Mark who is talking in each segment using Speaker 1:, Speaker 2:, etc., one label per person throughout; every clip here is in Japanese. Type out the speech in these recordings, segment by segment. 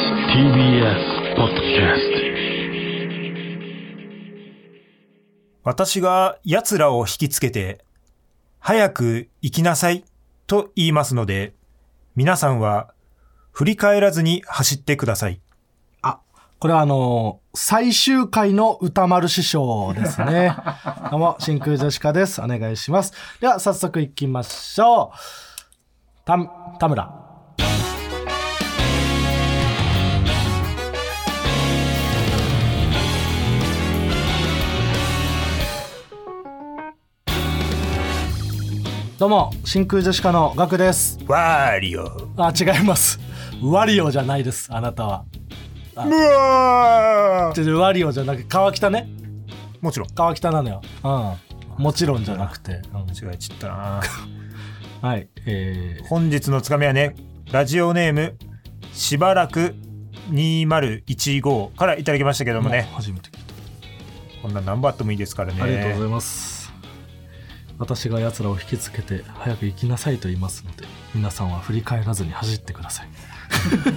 Speaker 1: TBS ポッドキャス
Speaker 2: 私が奴らを引きつけて、早く行きなさいと言いますので、皆さんは振り返らずに走ってください。
Speaker 3: あ、これはあのー最終回の歌丸師匠ですね。どうも、真空ジェシカです。お願いします。では、早速行きましょう。た、田村。どうも、真空ジェシカのガクです。
Speaker 2: ワーリオ。
Speaker 3: あ、違います。ワリオじゃないです、あなたは。
Speaker 2: うわ
Speaker 3: ちょワリオじゃなくて、川北ね。
Speaker 2: もちろん。
Speaker 3: 川北なのよ。うん。もちろんじゃなくて。うん
Speaker 2: 間違えちったな。
Speaker 3: はい。え
Speaker 2: 本日のつかみはね、ラジオネーム、しばらく2015からいただきましたけど
Speaker 3: ー、
Speaker 2: もね、
Speaker 3: 初めて聞い
Speaker 2: こんな何バットもいいですからね。
Speaker 3: た。ありがとうございます。私が奴らを引きつけて、早く行きなさいと言いますので、皆さんは振り返らずに走ってください。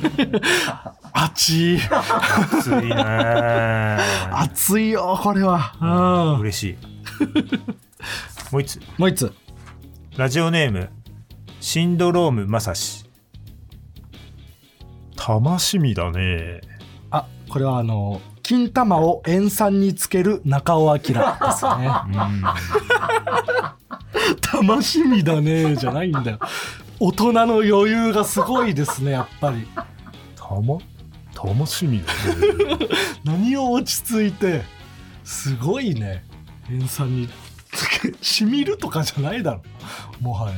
Speaker 3: 熱い。
Speaker 2: 熱いね
Speaker 3: 熱いよ、これは。うん。
Speaker 2: 嬉 しいもう一つ
Speaker 3: もう一つ。
Speaker 2: ラジオネームシンドロームまさし楽しみだね
Speaker 3: あ、これはあの、金玉を塩酸につける中尾明ですね。楽しみだねじゃないん だよ大人の余裕がすごいですねやっぱり
Speaker 2: たま楽しみ だね
Speaker 3: 何を落ち着いてすごいね塩酸につけしみるとかじゃないだろもはや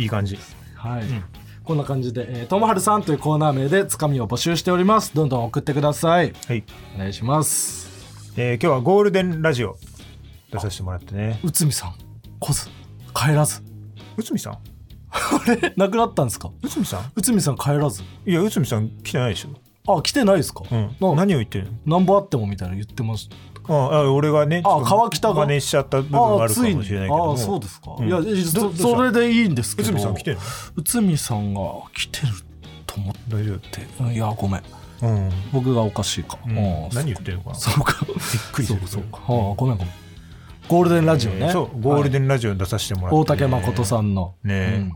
Speaker 2: いい感じ
Speaker 3: はい、
Speaker 2: ん
Speaker 3: こんな感じで「えーともはるさん」というコーナー名でつかみを募集しておりますどんどん送ってください
Speaker 2: はい、
Speaker 3: お願いします
Speaker 2: えー今日はゴールデンラジオ出させてもらってね
Speaker 3: 内海さん来ず帰ら ず
Speaker 2: 内海さん
Speaker 3: あれなくなったんですか
Speaker 2: 内海さん
Speaker 3: 内海さん帰らず
Speaker 2: いや内海さん来てないでしょ、
Speaker 3: あ来てないですか、
Speaker 2: うん、
Speaker 3: な
Speaker 2: 何を言ってるの
Speaker 3: 何ぼあってもみたいなの言ってました
Speaker 2: ああ俺がね
Speaker 3: あ
Speaker 2: ちょっと
Speaker 3: 川北が
Speaker 2: 真似しちゃった部分があるかもしれないけど
Speaker 3: あ
Speaker 2: も
Speaker 3: あそうですか、
Speaker 2: うん
Speaker 3: いや
Speaker 2: どど
Speaker 3: そう
Speaker 2: した
Speaker 3: それでいいんですけ
Speaker 2: 内
Speaker 3: ど
Speaker 2: 海さん来てるの
Speaker 3: 内海さんが来てると思っ
Speaker 2: 大丈
Speaker 3: てうんいやごめん
Speaker 2: 夫うん、
Speaker 3: 僕がおかしいか、
Speaker 2: うん
Speaker 3: ああ
Speaker 2: 何言ってるのかな
Speaker 3: そうかびっ
Speaker 2: くりする
Speaker 3: そうそうか、ああごめんごめんゴールデンラジオね、
Speaker 2: えーそうゴール
Speaker 3: ン、
Speaker 2: デンラジオに出させてもらって、
Speaker 3: 大竹誠さんの、
Speaker 2: ね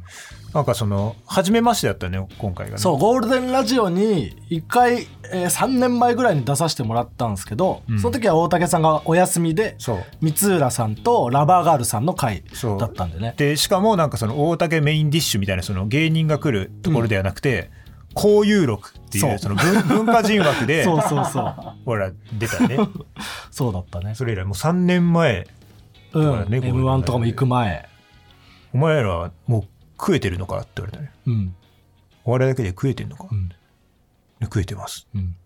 Speaker 2: なんかその初めましてだったね今回が
Speaker 3: う
Speaker 2: ね
Speaker 3: んそうゴールデンラジオに1回、えー、3年前ぐらいに出させてもらったんですけど、
Speaker 2: うん
Speaker 3: その時は大竹さんがお休みで
Speaker 2: そう
Speaker 3: 光浦さんとラバーガールさんの回
Speaker 2: そう
Speaker 3: だったんでね
Speaker 2: でしかもなんかその大竹メインディッシュみたいなその芸人が来るところではなくて、交友録ってい
Speaker 3: そう
Speaker 2: うその文文 化人枠で
Speaker 3: そうそうそう
Speaker 2: ほら出た ね
Speaker 3: そうだったね。
Speaker 2: それ以来もう3年前
Speaker 3: うん。
Speaker 2: だからねゴールデンラジ
Speaker 3: M1
Speaker 2: オ
Speaker 3: とかも行く前。
Speaker 2: お前らはもう食えてるのかって言われたね
Speaker 3: うん。
Speaker 2: お笑いだけで食えてるのか、
Speaker 3: うん。
Speaker 2: 食えてます
Speaker 3: うん。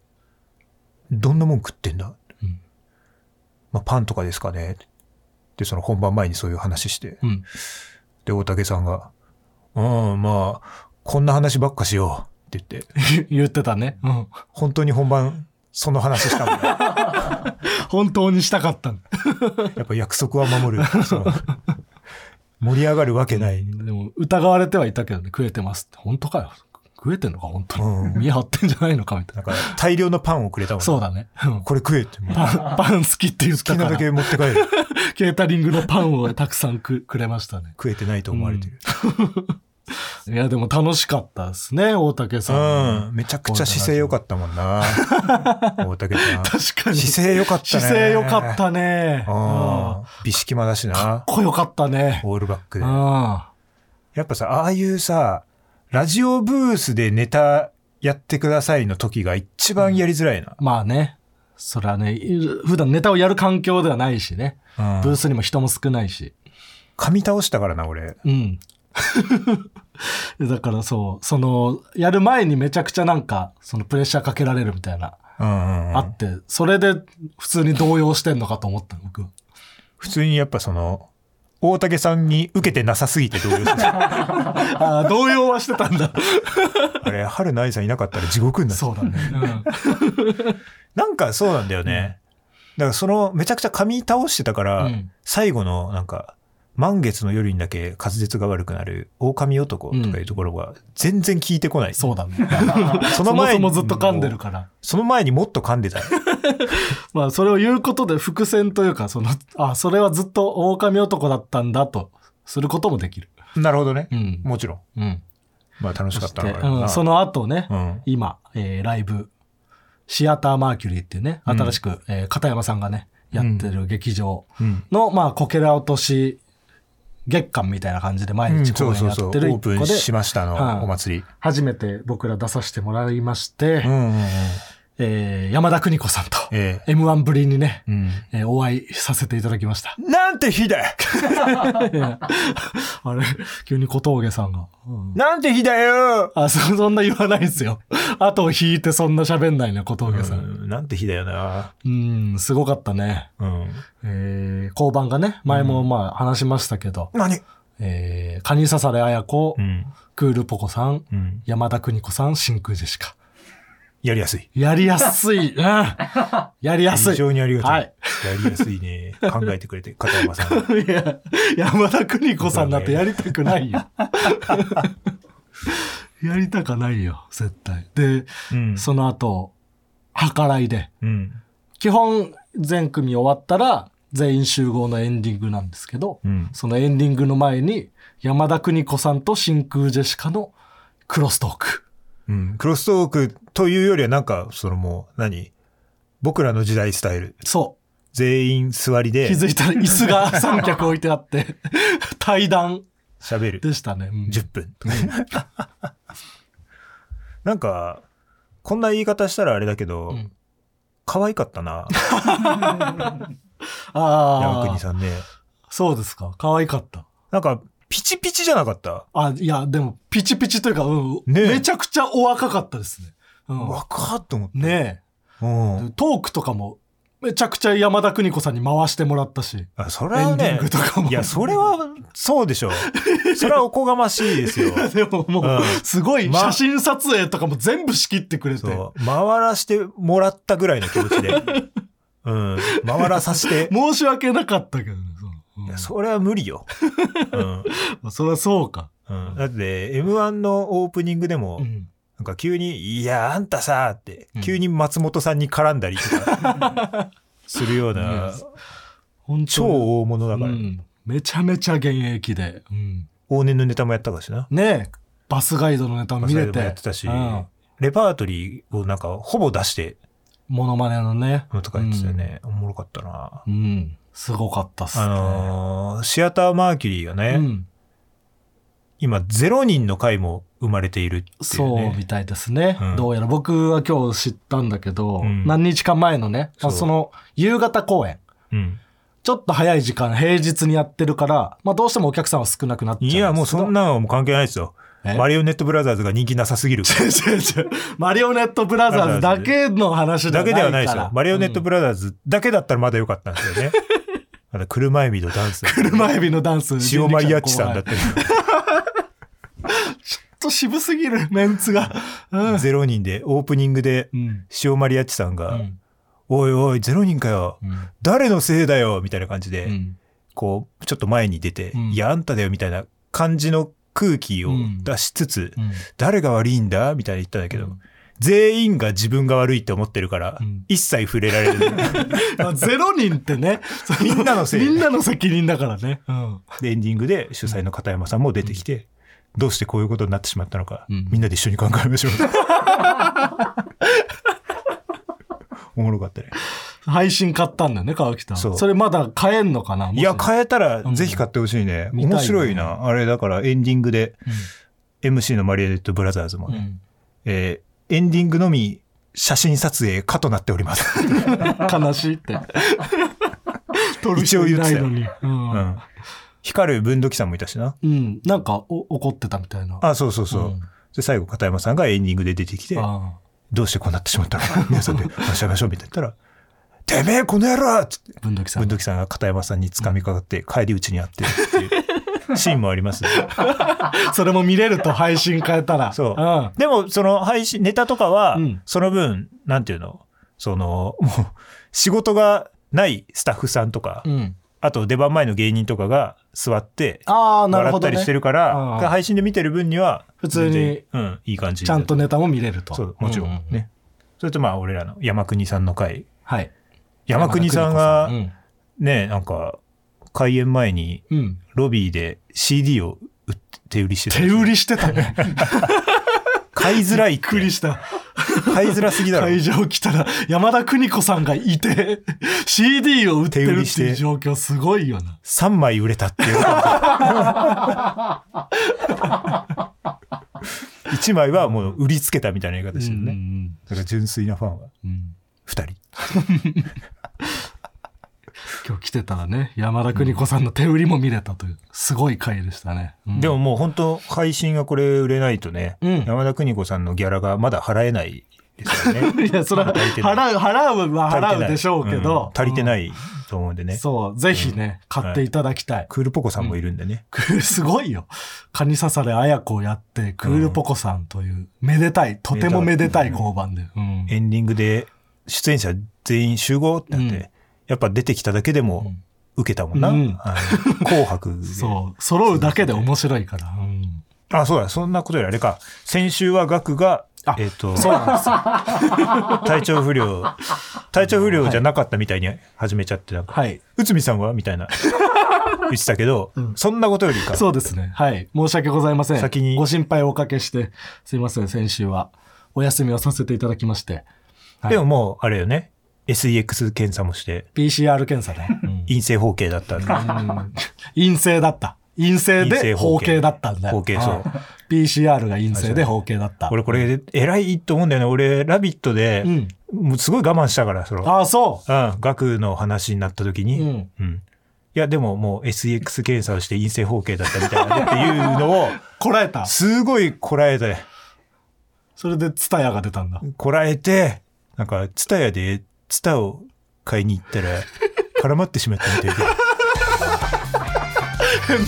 Speaker 2: どんなもん食ってんだ、
Speaker 3: うん
Speaker 2: まあ、パンとかですかねでその本番前にそういう話して
Speaker 3: うん。
Speaker 2: で大竹さんが「うんまあこんな話ばっかしよう」って言って
Speaker 3: 言ってたね。うん。
Speaker 2: 本当に本番その話したもんね
Speaker 3: 本当にしたかったんだ。
Speaker 2: やっぱ約束は守るその盛り上がるわけない、
Speaker 3: でも、疑われてはいたけどね、食えてますって。本当かよ。食えてんのか、本当に。
Speaker 2: うん
Speaker 3: 見張ってんじゃないのか、みたい
Speaker 2: なん
Speaker 3: な。
Speaker 2: か大量のパンをくれたもん、
Speaker 3: そうだね。うん
Speaker 2: これ食えってもう
Speaker 3: パン、パン好きって言っ
Speaker 2: 好
Speaker 3: た
Speaker 2: きな
Speaker 3: か
Speaker 2: だ
Speaker 3: ら、
Speaker 2: け持って帰る
Speaker 3: ケータリングのパンをたくさんくくれましたね。
Speaker 2: 食えてないと思われてる
Speaker 3: いや、でも楽しかったですね、大竹
Speaker 2: う
Speaker 3: さん。
Speaker 2: ん、めちゃくちゃ姿勢良かったもん な大竹さん
Speaker 3: 確かに。
Speaker 2: 姿勢良かったね
Speaker 3: 姿勢良かったね。
Speaker 2: うん美識間だし
Speaker 3: かっ
Speaker 2: な
Speaker 3: こよかったね。
Speaker 2: オールバック
Speaker 3: う
Speaker 2: で
Speaker 3: ん。
Speaker 2: やっぱさ、ああいうさ、ラジオブースでネタやってくださいの時が一番やりづらいな。
Speaker 3: まあね。それはね、普段ネタをやる環境ではないしね。
Speaker 2: うん
Speaker 3: ブースにも人も少ないし。
Speaker 2: 噛み倒したからな、俺。
Speaker 3: うん。 だからそう、その、やる前にめちゃくちゃなんか、そのプレッシャーかけられるみたいな、
Speaker 2: うんうんうん
Speaker 3: あって、それで普通に動揺してんのかと思ったの、僕。
Speaker 2: 普通にやっぱその、大竹さんに受けてなさすぎてどう ですか
Speaker 3: ああ、動揺はしてた んだ。
Speaker 2: あれ、春菜愛さんいなかったら地獄になる。
Speaker 3: そうだね。
Speaker 2: なんかそうなんだよね。だからその、めちゃくちゃ噛み倒してたか
Speaker 3: う
Speaker 2: ら、
Speaker 3: ん
Speaker 2: 最後のなんか、満月の夜にだけ滑舌が悪くなる狼男とかいうところが全然聞いてこない。
Speaker 3: そうだね。
Speaker 2: そ
Speaker 3: そもそ
Speaker 2: に
Speaker 3: もずっと噛んでるから。
Speaker 2: その前にもっと噛んでた。
Speaker 3: まあ、それを言うことで伏線というか、その、あ、それはずっと狼男だったんだと、することもできる。
Speaker 2: なるほどね
Speaker 3: う。ん。
Speaker 2: もちろん。
Speaker 3: うん。
Speaker 2: まあ楽しか
Speaker 3: そ
Speaker 2: っ
Speaker 3: したて、
Speaker 2: のかな
Speaker 3: うん、その後ね、
Speaker 2: うん
Speaker 3: 今、えーライブ、シアターマーキュリーっていうね、
Speaker 2: うん
Speaker 3: 新しく、えー片山さんがね、やってる劇場
Speaker 2: うん
Speaker 3: の、まあ、こけら落とし月間みたいな感じで毎
Speaker 2: うん
Speaker 3: 日
Speaker 2: そ
Speaker 3: 公
Speaker 2: う
Speaker 3: 演
Speaker 2: そう
Speaker 3: やっ
Speaker 2: そう。オ
Speaker 3: てる
Speaker 2: ー
Speaker 3: 一
Speaker 2: プ
Speaker 3: 個
Speaker 2: ン
Speaker 3: で、
Speaker 2: しました
Speaker 3: はい
Speaker 2: の、お祭り。
Speaker 3: 初めて僕ら出させてもらいまして、
Speaker 2: うんうんうん。
Speaker 3: えー山田邦子さんと、
Speaker 2: え
Speaker 3: M1 ぶりにね、
Speaker 2: え。うん。
Speaker 3: えーお会いさせていただきました。
Speaker 2: なんて日 だよ
Speaker 3: あれ、急に小峠さんが。うん
Speaker 2: なんて日だよ
Speaker 3: あそ、そんな言わないですよ。後を引いてそんな喋んないね、小峠さん。
Speaker 2: うんなんて日だよな。
Speaker 3: うん、すごかったね。
Speaker 2: うん。
Speaker 3: えー、交番がね、前もまあ話しましたけど、
Speaker 2: 何
Speaker 3: えー、カニササレアヤコ、
Speaker 2: うん。
Speaker 3: クールポコさん、
Speaker 2: うん。
Speaker 3: 山田邦子さん、真空ジェシカ。
Speaker 2: やりやすい。
Speaker 3: やりや すい。うん。やりやすい。
Speaker 2: 非常にありがたい。
Speaker 3: はい
Speaker 2: やりやすい ね。考えてくれて、片山さん。
Speaker 3: いや、山田邦子さんだってやりたくな いよ。やりたかないよ、絶対。で、
Speaker 2: うん
Speaker 3: その後、計らいで。
Speaker 2: うん。
Speaker 3: 基本、全組終わったら、全員集合のエンディングなんですけど、
Speaker 2: うん。
Speaker 3: そのエンディングの前に、山田邦子さんと真空ジェシカのクロストーク。
Speaker 2: うん。クロストークというよりは、なんか、そのもう、何僕らの時代スタイル。
Speaker 3: そ
Speaker 2: 全員座り
Speaker 3: う。
Speaker 2: で
Speaker 3: 気づいたら椅子が三脚置いてあ って、対談
Speaker 2: 喋る。
Speaker 3: でしたね。うん
Speaker 2: 10分。なんか、こんな言い方したらあれだけど、
Speaker 3: うん
Speaker 2: 可愛かったな、山
Speaker 3: あ
Speaker 2: 国
Speaker 3: あ、
Speaker 2: さんね。
Speaker 3: そうですか。可愛かった。
Speaker 2: なんか、ピチピチじゃなかった。
Speaker 3: あ、いや、でも、ピチピチというか、うん、
Speaker 2: ねえ
Speaker 3: めちゃくちゃお若かったですね。う
Speaker 2: 若っと思って。
Speaker 3: ん、ね
Speaker 2: う
Speaker 3: え
Speaker 2: ん。。
Speaker 3: トークとかも、めちゃくちゃ山田邦子さんに回してもらったし、
Speaker 2: あ、それ
Speaker 3: エ
Speaker 2: は
Speaker 3: ンディン
Speaker 2: ね
Speaker 3: グ、とかも。
Speaker 2: いや、それは、そうでしょう。それはおこがましいです よ。
Speaker 3: でももう、
Speaker 2: うん
Speaker 3: すごい
Speaker 2: ま
Speaker 3: 写真撮影とかも全部仕切ってくれて、
Speaker 2: そう。回らしてもらったぐらいの気持ちで。うん。回らさせ て。
Speaker 3: 申し訳なかったけどね。そううん
Speaker 2: いや、それは無理よ。うん。
Speaker 3: まあそりゃそうか。
Speaker 2: うん、だって、M1 のオープニングでも、
Speaker 3: うん
Speaker 2: なんか急に、いや、あんたさ、って
Speaker 3: うん、
Speaker 2: 急に松本さんに絡んだりとか、 するような、
Speaker 3: 本当に
Speaker 2: 超大物だから、
Speaker 3: うんめちゃめちゃ現役で、うん
Speaker 2: 往年のネタもやったからしな。
Speaker 3: ねえバスガイドのネタも見れ
Speaker 2: バスガイド
Speaker 3: て
Speaker 2: もやってたし
Speaker 3: うん
Speaker 2: レパートリーをなんか、ほぼ出して、
Speaker 3: モノマネのね、
Speaker 2: とか言ってたよね。おもろかったな。
Speaker 3: うん、すごかったっすね、
Speaker 2: あのーシアターマーキュリーがね、
Speaker 3: うん、
Speaker 2: 今、0人の回も生まれているっていう
Speaker 3: そう
Speaker 2: ね。
Speaker 3: みたいですね、
Speaker 2: うん
Speaker 3: どうやら僕は今日知ったんだけど、
Speaker 2: うん
Speaker 3: 何日か前のね
Speaker 2: そう
Speaker 3: その夕方公演
Speaker 2: うん。
Speaker 3: ちょっと早い時間平日にやってるから、まあ、どうしてもお客さんは少なくなっちゃうんです
Speaker 2: い
Speaker 3: けど
Speaker 2: や、もうそんなのはもう関係ないですよ。
Speaker 3: え
Speaker 2: マリオネットブラザーズが人気なさすぎる。
Speaker 3: 違う違う違う マリオネットブラザーズだけの話
Speaker 2: だけではないです
Speaker 3: から
Speaker 2: よ。マリオネットブラザーズだけだったらまだ良かったんですよ ね。あの、車エビのダンス。
Speaker 3: 車エビのダンス。
Speaker 2: 塩マリアッチさんだっ
Speaker 3: ちょ
Speaker 2: たり、
Speaker 3: っと渋すぎる、メン ツが。うん。
Speaker 2: ゼロ人で、オープニングで
Speaker 3: う、ん。
Speaker 2: 塩マリアッチさんが、
Speaker 3: うん
Speaker 2: おいおい、ゼロ人かよ。誰のせいだよみたいな感じで、
Speaker 3: うん
Speaker 2: こう、ちょっと前に出て、
Speaker 3: うん
Speaker 2: いや、あんただよみたいな感じの空気を出しつつ、
Speaker 3: うん
Speaker 2: 誰が悪いんだみたいに言ったんだけど、
Speaker 3: うん
Speaker 2: 全員が自分が悪いって思ってるから、
Speaker 3: うん
Speaker 2: 一切触れられない。
Speaker 3: まあゼロ人ってね、そ
Speaker 2: みんなのせい
Speaker 3: みんなの責任だからね。うん。
Speaker 2: で、エンディングで主催の片山さんも出てきて、どうしてこういうことになってしまったのか、
Speaker 3: うん
Speaker 2: みんなで一緒に考えましょう。 おもろかったね。
Speaker 3: 配信買ったんだよね、川北。
Speaker 2: そ
Speaker 3: そうれまだ買えんのかないい
Speaker 2: や、変えたらぜひ買ってほしいね。
Speaker 3: うん見たいね
Speaker 2: 面白いな。あれ、だからエンディングで、MC のマリエネットブラザーズもね、えーエンディングのみ写真撮影かとなっております。
Speaker 3: 悲しい って。撮る
Speaker 2: 一応
Speaker 3: 人い
Speaker 2: 言っ
Speaker 3: な
Speaker 2: て
Speaker 3: い
Speaker 2: たよ
Speaker 3: のに。う。
Speaker 2: うんん。光る文土器さんもいたしな。
Speaker 3: うん。なんかお怒ってたみたいな。
Speaker 2: あ、そうそうそう。
Speaker 3: うん
Speaker 2: で、最後、片山さんがエンディングで出てきて、
Speaker 3: あ
Speaker 2: どうしてこうなってしまったの か、皆さんで話し合いましょうみたいに言ったら、てめえ、この野郎って、
Speaker 3: あ。文土器さん
Speaker 2: 文。土器さんが片山さんに掴みかかって、帰り討ちにあってるっていうシーンもあり ますね、
Speaker 3: それも見れると配信変えたら。
Speaker 2: そう
Speaker 3: うん。
Speaker 2: でも、その配信、ネタとかは
Speaker 3: うん、
Speaker 2: その分、なんていうの、その、もう、仕事がないスタッフさんとか
Speaker 3: うん。
Speaker 2: あと出番前の芸人とかが座って
Speaker 3: ああ、なる
Speaker 2: 笑
Speaker 3: ほ
Speaker 2: っ
Speaker 3: ど、
Speaker 2: た
Speaker 3: ね。
Speaker 2: りしてるから
Speaker 3: あー
Speaker 2: 配信で見てる分には
Speaker 3: 普通に
Speaker 2: 全然うん、いい感じ
Speaker 3: ちゃんとネタも見れると。
Speaker 2: そうもちろん
Speaker 3: う
Speaker 2: ね、
Speaker 3: うう
Speaker 2: それとまあ俺らの山国さんの回
Speaker 3: はい。
Speaker 2: 山国さんが
Speaker 3: 山国さ
Speaker 2: ねなんか開演前に
Speaker 3: んうん。うん
Speaker 2: ロビーで CD を売って手売りしてた
Speaker 3: 手売りしてたね。びっ
Speaker 2: 買いづらいって
Speaker 3: く りした。
Speaker 2: 買いづらすぎだろ
Speaker 3: 会場来たら山田邦子さんがいて、CD を売って
Speaker 2: 手売
Speaker 3: る
Speaker 2: り
Speaker 3: っ
Speaker 2: してて
Speaker 3: いう状況すごいよな。
Speaker 2: 3枚売れたっていう1枚はもう売りつけたみたいな言い方してるね、
Speaker 3: うん
Speaker 2: だから純粋なファンは
Speaker 3: うんうん
Speaker 2: 2人
Speaker 3: 今日来てたらね、山田邦子さんの手売りも見れたという、すごい回でしたね。うん
Speaker 2: でももう本当配信がこれ売れないとね、
Speaker 3: うん
Speaker 2: 山田邦子さんのギャラがまだ払えないですよね
Speaker 3: いや、それは
Speaker 2: 足りてない
Speaker 3: 払う、払うは
Speaker 2: 足りてな
Speaker 3: 払う
Speaker 2: い
Speaker 3: でしょうけど。
Speaker 2: うん足りて
Speaker 3: い。
Speaker 2: ないと思うんでね、
Speaker 3: そう、ぜひね、買っていただきたい。
Speaker 2: クールポコさんもいるんでね、
Speaker 3: すごいよ。カニ刺され綾子をやって、クールポコさんという、めでたい、とてもめでたい交番で。うん
Speaker 2: エンディングで出演者全員集合ってなって、
Speaker 3: うん
Speaker 2: やっぱ出てきただけでも受けたもんな、
Speaker 3: うん
Speaker 2: あの紅白で
Speaker 3: そう、揃うだけで面白いから。うん
Speaker 2: あ、そうだ、そんなことよりあれか。先週はガクが
Speaker 3: あ、
Speaker 2: えっ、と、
Speaker 3: そうなんですよ。
Speaker 2: 体調不良、体調不良じゃなかったみたいに始めちゃって、なんか、
Speaker 3: はい。
Speaker 2: 内海さ んはみたいな、言ってたけど、そんなことよりか。
Speaker 3: そうですね。はい。申し訳ございません。
Speaker 2: 先に
Speaker 3: ご心配をおかけして、すいません、先週は。お休みをさせていただきまして。はい
Speaker 2: でももう、あれよね、SEX 検査もして、
Speaker 3: PCR 検査ね。
Speaker 2: 陰性方形だったんで
Speaker 3: 陰性だった。陰性
Speaker 2: 陰
Speaker 3: で
Speaker 2: 性
Speaker 3: 方
Speaker 2: 方形
Speaker 3: 形だったんだよ。
Speaker 2: 方形そう
Speaker 3: ああ。PCR が陰性で方形だった。
Speaker 2: 俺これ、偉いと思うんだよね。俺、ラビットで、
Speaker 3: うん
Speaker 2: もうすごい我慢したから、その、
Speaker 3: ああ、そ
Speaker 2: うん、ガクの話になった時に、
Speaker 3: う。う。
Speaker 2: うんんいや、でももう SEX 検査をして陰性方形だったみたいなねっていうの を、
Speaker 3: こらえた。
Speaker 2: すごいこらえて、
Speaker 3: それでツタヤが出たんだ。
Speaker 2: こらえて、なんか、ツタヤで、ツタを買いに行ったら、絡まってしまったみたいで。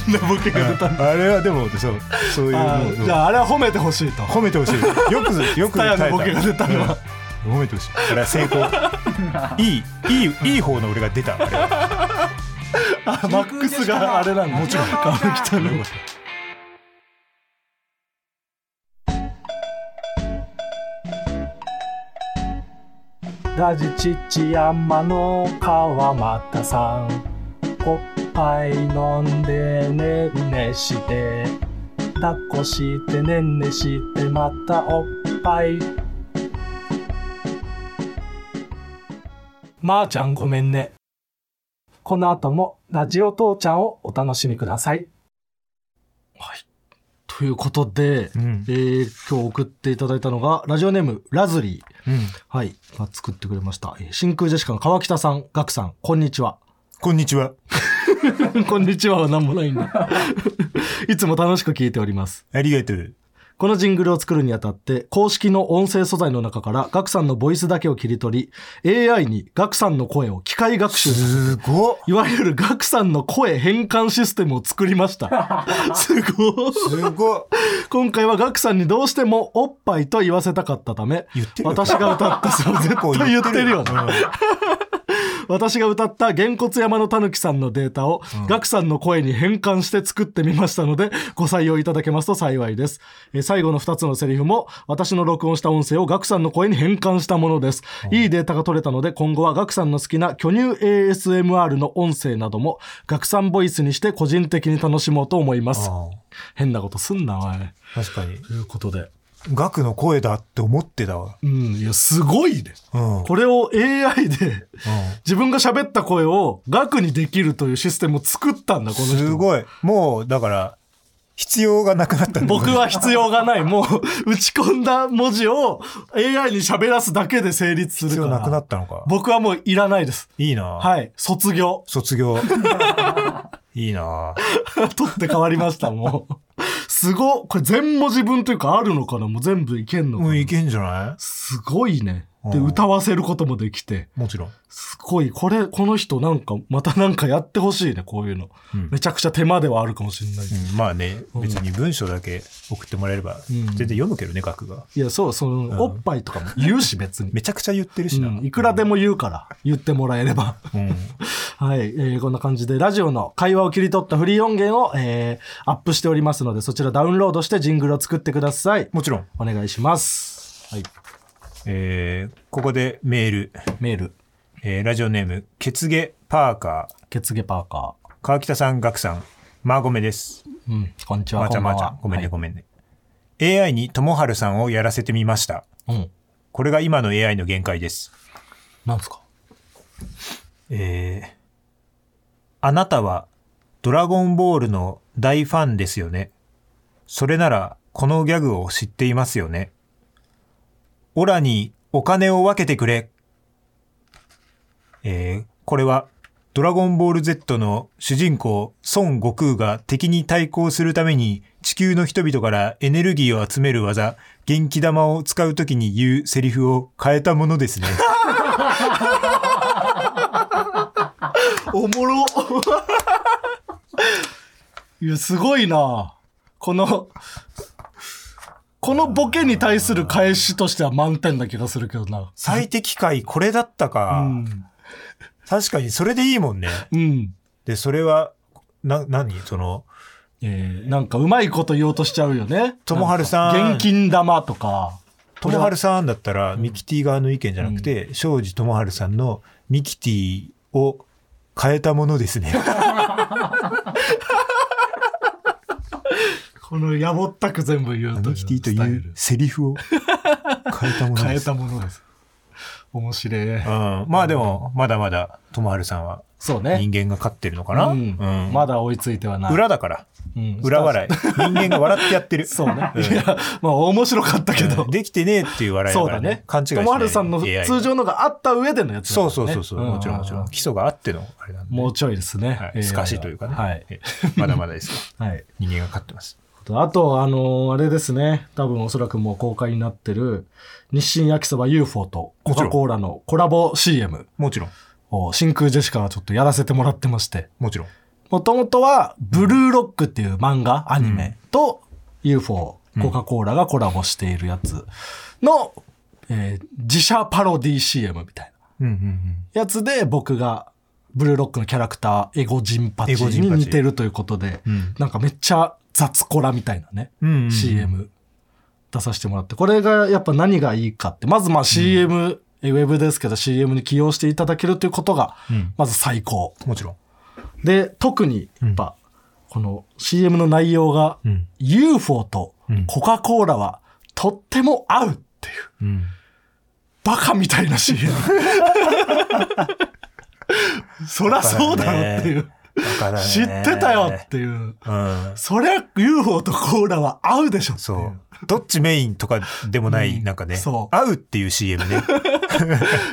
Speaker 3: 変なボケが出 たんだ。
Speaker 2: あれはでも、そう、そういう
Speaker 3: あ
Speaker 2: の
Speaker 3: あじゃあ、あれは褒めてほし いと。
Speaker 2: 褒めてほしい。よくぞ、 よく
Speaker 3: ツタヤ
Speaker 2: 耐
Speaker 3: の
Speaker 2: え
Speaker 3: ボケが出たのは
Speaker 2: うん褒めてほしい。これは成 功。いい、いい、いい方の俺が出た。あれは。
Speaker 3: あ マックスがあれなんだ。もちろん。川北の。ラジ父山の川又さんおっぱい飲んでねんねして抱っこしてねんねしてまたおっぱいまー、ちゃんごめんねこの後もラジオ父ちゃんをお楽しみくださいはいということで、
Speaker 2: うん
Speaker 3: え。ー今日送っていただいたのがラジオネームラズリー
Speaker 2: うん。
Speaker 3: はい。が作ってくれました。えー真空ジェシカの川北さん、ガクさん、こんにちは。
Speaker 2: こんにちは。
Speaker 3: こんにちははなんもないんだ。 いつも楽しく聞いております。
Speaker 2: ありがとう。
Speaker 3: このジングルを作るにあたって、公式の音声素材の中から、ガクさんのボイスだけを切り取り、AI にガクさんの声を機械学習させ
Speaker 2: すごっ
Speaker 3: いわゆるガクさんの声変換システムを作りました。すごい。
Speaker 2: すごっ
Speaker 3: 今回はガクさんにどうしてもおっぱいと言わせたかったため
Speaker 2: 言って、るよ
Speaker 3: 私が歌った、そう、絶対言ってるよね。私が歌った「げんこつ山のたぬきさん」のデータを、ガクさんの声に変換して作ってみましたのでご採用いただけますと幸いです、えー最後の2つのセリフも私の録音した音声をガクさんの声に変換したものです、いいデータが取れたので今後はガクさんの好きな巨乳 ASMR の音声などもガクさんボイスにして個人的に楽しもうと思います
Speaker 2: あ
Speaker 3: 変なことすんなおい
Speaker 2: ー確かに。
Speaker 3: ということで
Speaker 2: ガクの声だって思ってたわ。
Speaker 3: うんいやすごいね
Speaker 2: うん。
Speaker 3: これを AI で
Speaker 2: うん
Speaker 3: 自分が喋った声を額にできるというシステムを作ったんだ、この人。
Speaker 2: すごい。もう、だから、必要がなくなったんだ
Speaker 3: 僕。は必要がない。もう、打ち込んだ文字を AI に喋らすだけで成立する
Speaker 2: 必
Speaker 3: か
Speaker 2: 要
Speaker 3: ら。
Speaker 2: なくなったのか。
Speaker 3: 僕はもういらないです。
Speaker 2: いいなぁ。
Speaker 3: はい。卒業
Speaker 2: 卒業。いいなぁ
Speaker 3: 取って変わりました、もう。すごっ。これ全文字分というかあるのかなもう全部いけんのか
Speaker 2: も
Speaker 3: な
Speaker 2: ういけんじゃな
Speaker 3: すごいね。で、
Speaker 2: うん
Speaker 3: 歌わせることもできて。
Speaker 2: いもちろん。
Speaker 3: すごい。これ、この人なんか、またなんかやってほしいね、こういうの。
Speaker 2: うん
Speaker 3: めちゃくちゃ手間ではあるかもしれないけど
Speaker 2: うんまあね、別に文章だけ送ってもらえれば、
Speaker 3: ん
Speaker 2: 全然読むけどね、額が。
Speaker 3: いや、そう、その、おっぱいとかも言うし、別に。
Speaker 2: めちゃくちゃ言ってるしな。
Speaker 3: うんいくらでも言うから、言ってもらえれば。
Speaker 2: うん。
Speaker 3: はい、えーこんな感じでラジオの会話を切り取ったフリー音源を、えーアップしておりますので、そちらダウンロードしてジングルを作ってください。
Speaker 2: もちろん、
Speaker 3: お願いします。はい、
Speaker 2: えーここでメール、
Speaker 3: メール、
Speaker 2: えーラジオネーム、ケツゲパーカー、
Speaker 3: ケツゲパーカ
Speaker 2: 川北さん、ガクさん、マーゴメです。
Speaker 3: ー。うん、こんにちは。
Speaker 2: まーちゃんま
Speaker 3: こ
Speaker 2: ー
Speaker 3: ば
Speaker 2: ちゃ
Speaker 3: は
Speaker 2: ん。ごめんね、
Speaker 3: は
Speaker 2: ごめんね。AI にともはるさんをやらせてみました。
Speaker 3: いうん、
Speaker 2: これが今の AI の限界です。
Speaker 3: なんですか
Speaker 2: えーあなたはドラゴンボールの大ファンですよね。それならこのギャグを知っていますよね。オラにお金を分けてくれ。えーこれはドラゴンボール Z の主人公孫悟空が敵に対抗するために地球の人々からエネルギーを集める技、元気玉を使うときに言うセリフを変えたものですね。
Speaker 3: おもろ いや、すごいなこの、このボケに対する返しとしては満点な気がするけどな。
Speaker 2: 最適解これだったか。
Speaker 3: うん。
Speaker 2: 確かにそれでいいもんね。
Speaker 3: うん。
Speaker 2: で、それは、な、何その、
Speaker 3: えー、なんかうまいこと言おうとしちゃうよね。
Speaker 2: ともはるさん
Speaker 3: なんか現金玉とか。
Speaker 2: ともはるさんだったら、ミキティ側の意見じゃなくて、庄司ともはるさんのミキティを変えたもの ですね。
Speaker 3: このやぼったく全部言うと
Speaker 2: ミ
Speaker 3: いう
Speaker 2: キティと
Speaker 3: スタイ
Speaker 2: いう
Speaker 3: ル
Speaker 2: セリフを変えたもの
Speaker 3: 変
Speaker 2: で
Speaker 3: え
Speaker 2: す。
Speaker 3: たものです。面白い。
Speaker 2: うん、まあでも、まだまだ、ともはるさんは
Speaker 3: そうね
Speaker 2: 人。間が勝ってるのかな、
Speaker 3: う
Speaker 2: うん
Speaker 3: ん、まだ追いついてはない。
Speaker 2: 裏だから。
Speaker 3: うん
Speaker 2: 裏笑い。人間が笑ってやってる。
Speaker 3: そうね。
Speaker 2: うん
Speaker 3: いや、まあ面白かったけど。
Speaker 2: できてねえっていう笑いだ
Speaker 3: そ
Speaker 2: か
Speaker 3: う
Speaker 2: ら
Speaker 3: だ
Speaker 2: ね。
Speaker 3: ね。
Speaker 2: 勘違いしない。
Speaker 3: 友春さんの
Speaker 2: AI が
Speaker 3: 通常のがあった上でのやつだか
Speaker 2: そ
Speaker 3: ら
Speaker 2: う
Speaker 3: ね
Speaker 2: そうそうそう、もちろんもちろん。基礎があってのあれなんで。
Speaker 3: もうちょいですね。
Speaker 2: は
Speaker 3: AI
Speaker 2: い、透かしというかね。
Speaker 3: はい。
Speaker 2: えまだまだですよ。
Speaker 3: はい。
Speaker 2: 人間が勝ってます。
Speaker 3: あと、あのーあれですね。多分おそらくもう公開になってる、日清焼きそば UFO とコ
Speaker 2: もち
Speaker 3: カ・
Speaker 2: ろん
Speaker 3: コーラのコラボ CM
Speaker 2: もちろん、
Speaker 3: を真空ジェシカがちょっとやらせてもらってまして。
Speaker 2: もちろん。
Speaker 3: もともとは、ブルーロックっていう漫画、アニメと UFO、コカ・コーラがコラボしているやつの、えー自社パロディ CM みたいな。
Speaker 2: うんうんうん。
Speaker 3: やつで僕がブルーロックのキャラクターエゴジンパチ
Speaker 2: エゴジン
Speaker 3: に
Speaker 2: パチ
Speaker 3: 似てるということで、
Speaker 2: うん
Speaker 3: なんかめっちゃ雑コラみたいなね、
Speaker 2: うんうんうん
Speaker 3: CM 出させてもらってこれがやっぱ何がいいかってまずまあ CM、えウェブですけど CM に起用していただけるということが
Speaker 2: うん
Speaker 3: まず最高
Speaker 2: もちろん。
Speaker 3: で特にやっぱこの CM の内容が
Speaker 2: うん
Speaker 3: UFO と
Speaker 2: うん
Speaker 3: コカ・コーラはとっても合うってい
Speaker 2: う
Speaker 3: う
Speaker 2: ん。
Speaker 3: バカみたいな CM。そりゃそうだろっていう。
Speaker 2: だからね
Speaker 3: 知ってたよっていう。
Speaker 2: うん。
Speaker 3: そりゃ UFO とコーラは合うでしょってい
Speaker 2: そう。どっちメインとかでもない、
Speaker 3: うん
Speaker 2: なんかね、
Speaker 3: そう
Speaker 2: 合うっていう CM ね。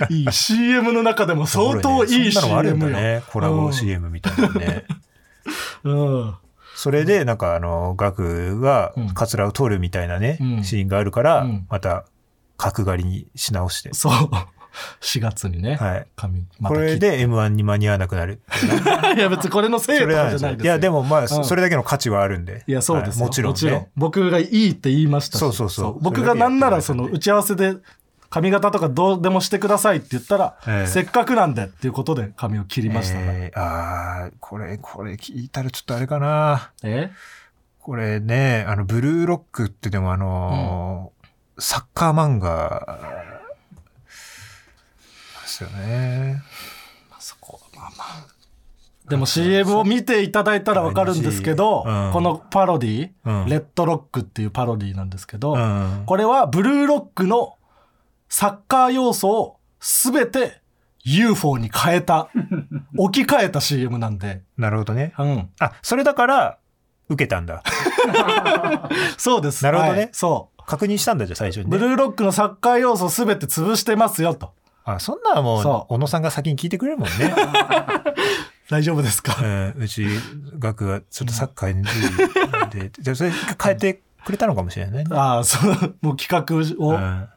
Speaker 3: いい CM の中でも 相当いい
Speaker 2: そんなのがあるん
Speaker 3: CM
Speaker 2: だ
Speaker 3: よ。
Speaker 2: ね。コラ
Speaker 3: う
Speaker 2: ボ
Speaker 3: ん
Speaker 2: CM みたいなのね。
Speaker 3: うん。
Speaker 2: それで、なんかあの、ガクが
Speaker 3: うん
Speaker 2: カツラを取るみたいなね、
Speaker 3: うん
Speaker 2: シーンがあるから、
Speaker 3: うん
Speaker 2: また角刈りにし直して。
Speaker 3: そう。4月にね。
Speaker 2: はい。
Speaker 3: 髪、ま
Speaker 2: こ
Speaker 3: た切
Speaker 2: れ
Speaker 3: って。
Speaker 2: で M1 に間に合わなくな る。
Speaker 3: いや別にこれのせいと
Speaker 2: それなんで
Speaker 3: かじ
Speaker 2: す
Speaker 3: ゃな
Speaker 2: よ
Speaker 3: いです
Speaker 2: いや、で
Speaker 3: も。
Speaker 2: もまあ、
Speaker 3: ん
Speaker 2: それだけの価値はあるんで。
Speaker 3: いや、そうですよ、
Speaker 2: はいもちろんね。
Speaker 3: 僕がいいって言いましたし
Speaker 2: そうそうそう
Speaker 3: 僕がなんならそ
Speaker 2: それだけやってもらえたんで
Speaker 3: の打ち合わせで髪型とかどうでもしてくださいって言ったら、
Speaker 2: ええ
Speaker 3: せっかくなんでっていうことで髪を切りましたから。え
Speaker 2: えーああ、これ、これ聞いたらちょっとあれかな。
Speaker 3: え
Speaker 2: これね、あの、ブルーロックってでもあのーサッカー漫画、ですよね。
Speaker 3: まあそこはまあまあ。でも CM を見ていただいたらわかるんですけど、
Speaker 2: うん
Speaker 3: このパロディ、
Speaker 2: うん
Speaker 3: レッドロックっていうパロディなんですけど、
Speaker 2: うん。
Speaker 3: これはブルーロックのサッカー要素をすべて UFO に変 えた、置き換えた CM なんで。
Speaker 2: なるほどね。
Speaker 3: うん。
Speaker 2: あ、それだから、受けたんだ。
Speaker 3: そうです。
Speaker 2: なるほどね
Speaker 3: はいそう。
Speaker 2: 確認したんだじゃあ最初に、
Speaker 3: ブ
Speaker 2: ね。
Speaker 3: ルーロックのサッカー要素すべて潰してますよと。
Speaker 2: あ、そんなんも、
Speaker 3: そう
Speaker 2: 小野さんが先に聞いてくれるもんね。
Speaker 3: 大丈夫ですか、
Speaker 2: うん、うち、学はちょっとサッカーに注意で、じゃあそれ変えてくれたのかもしれないね。
Speaker 3: ああ、そう、もう企画
Speaker 2: う
Speaker 3: を、
Speaker 2: ん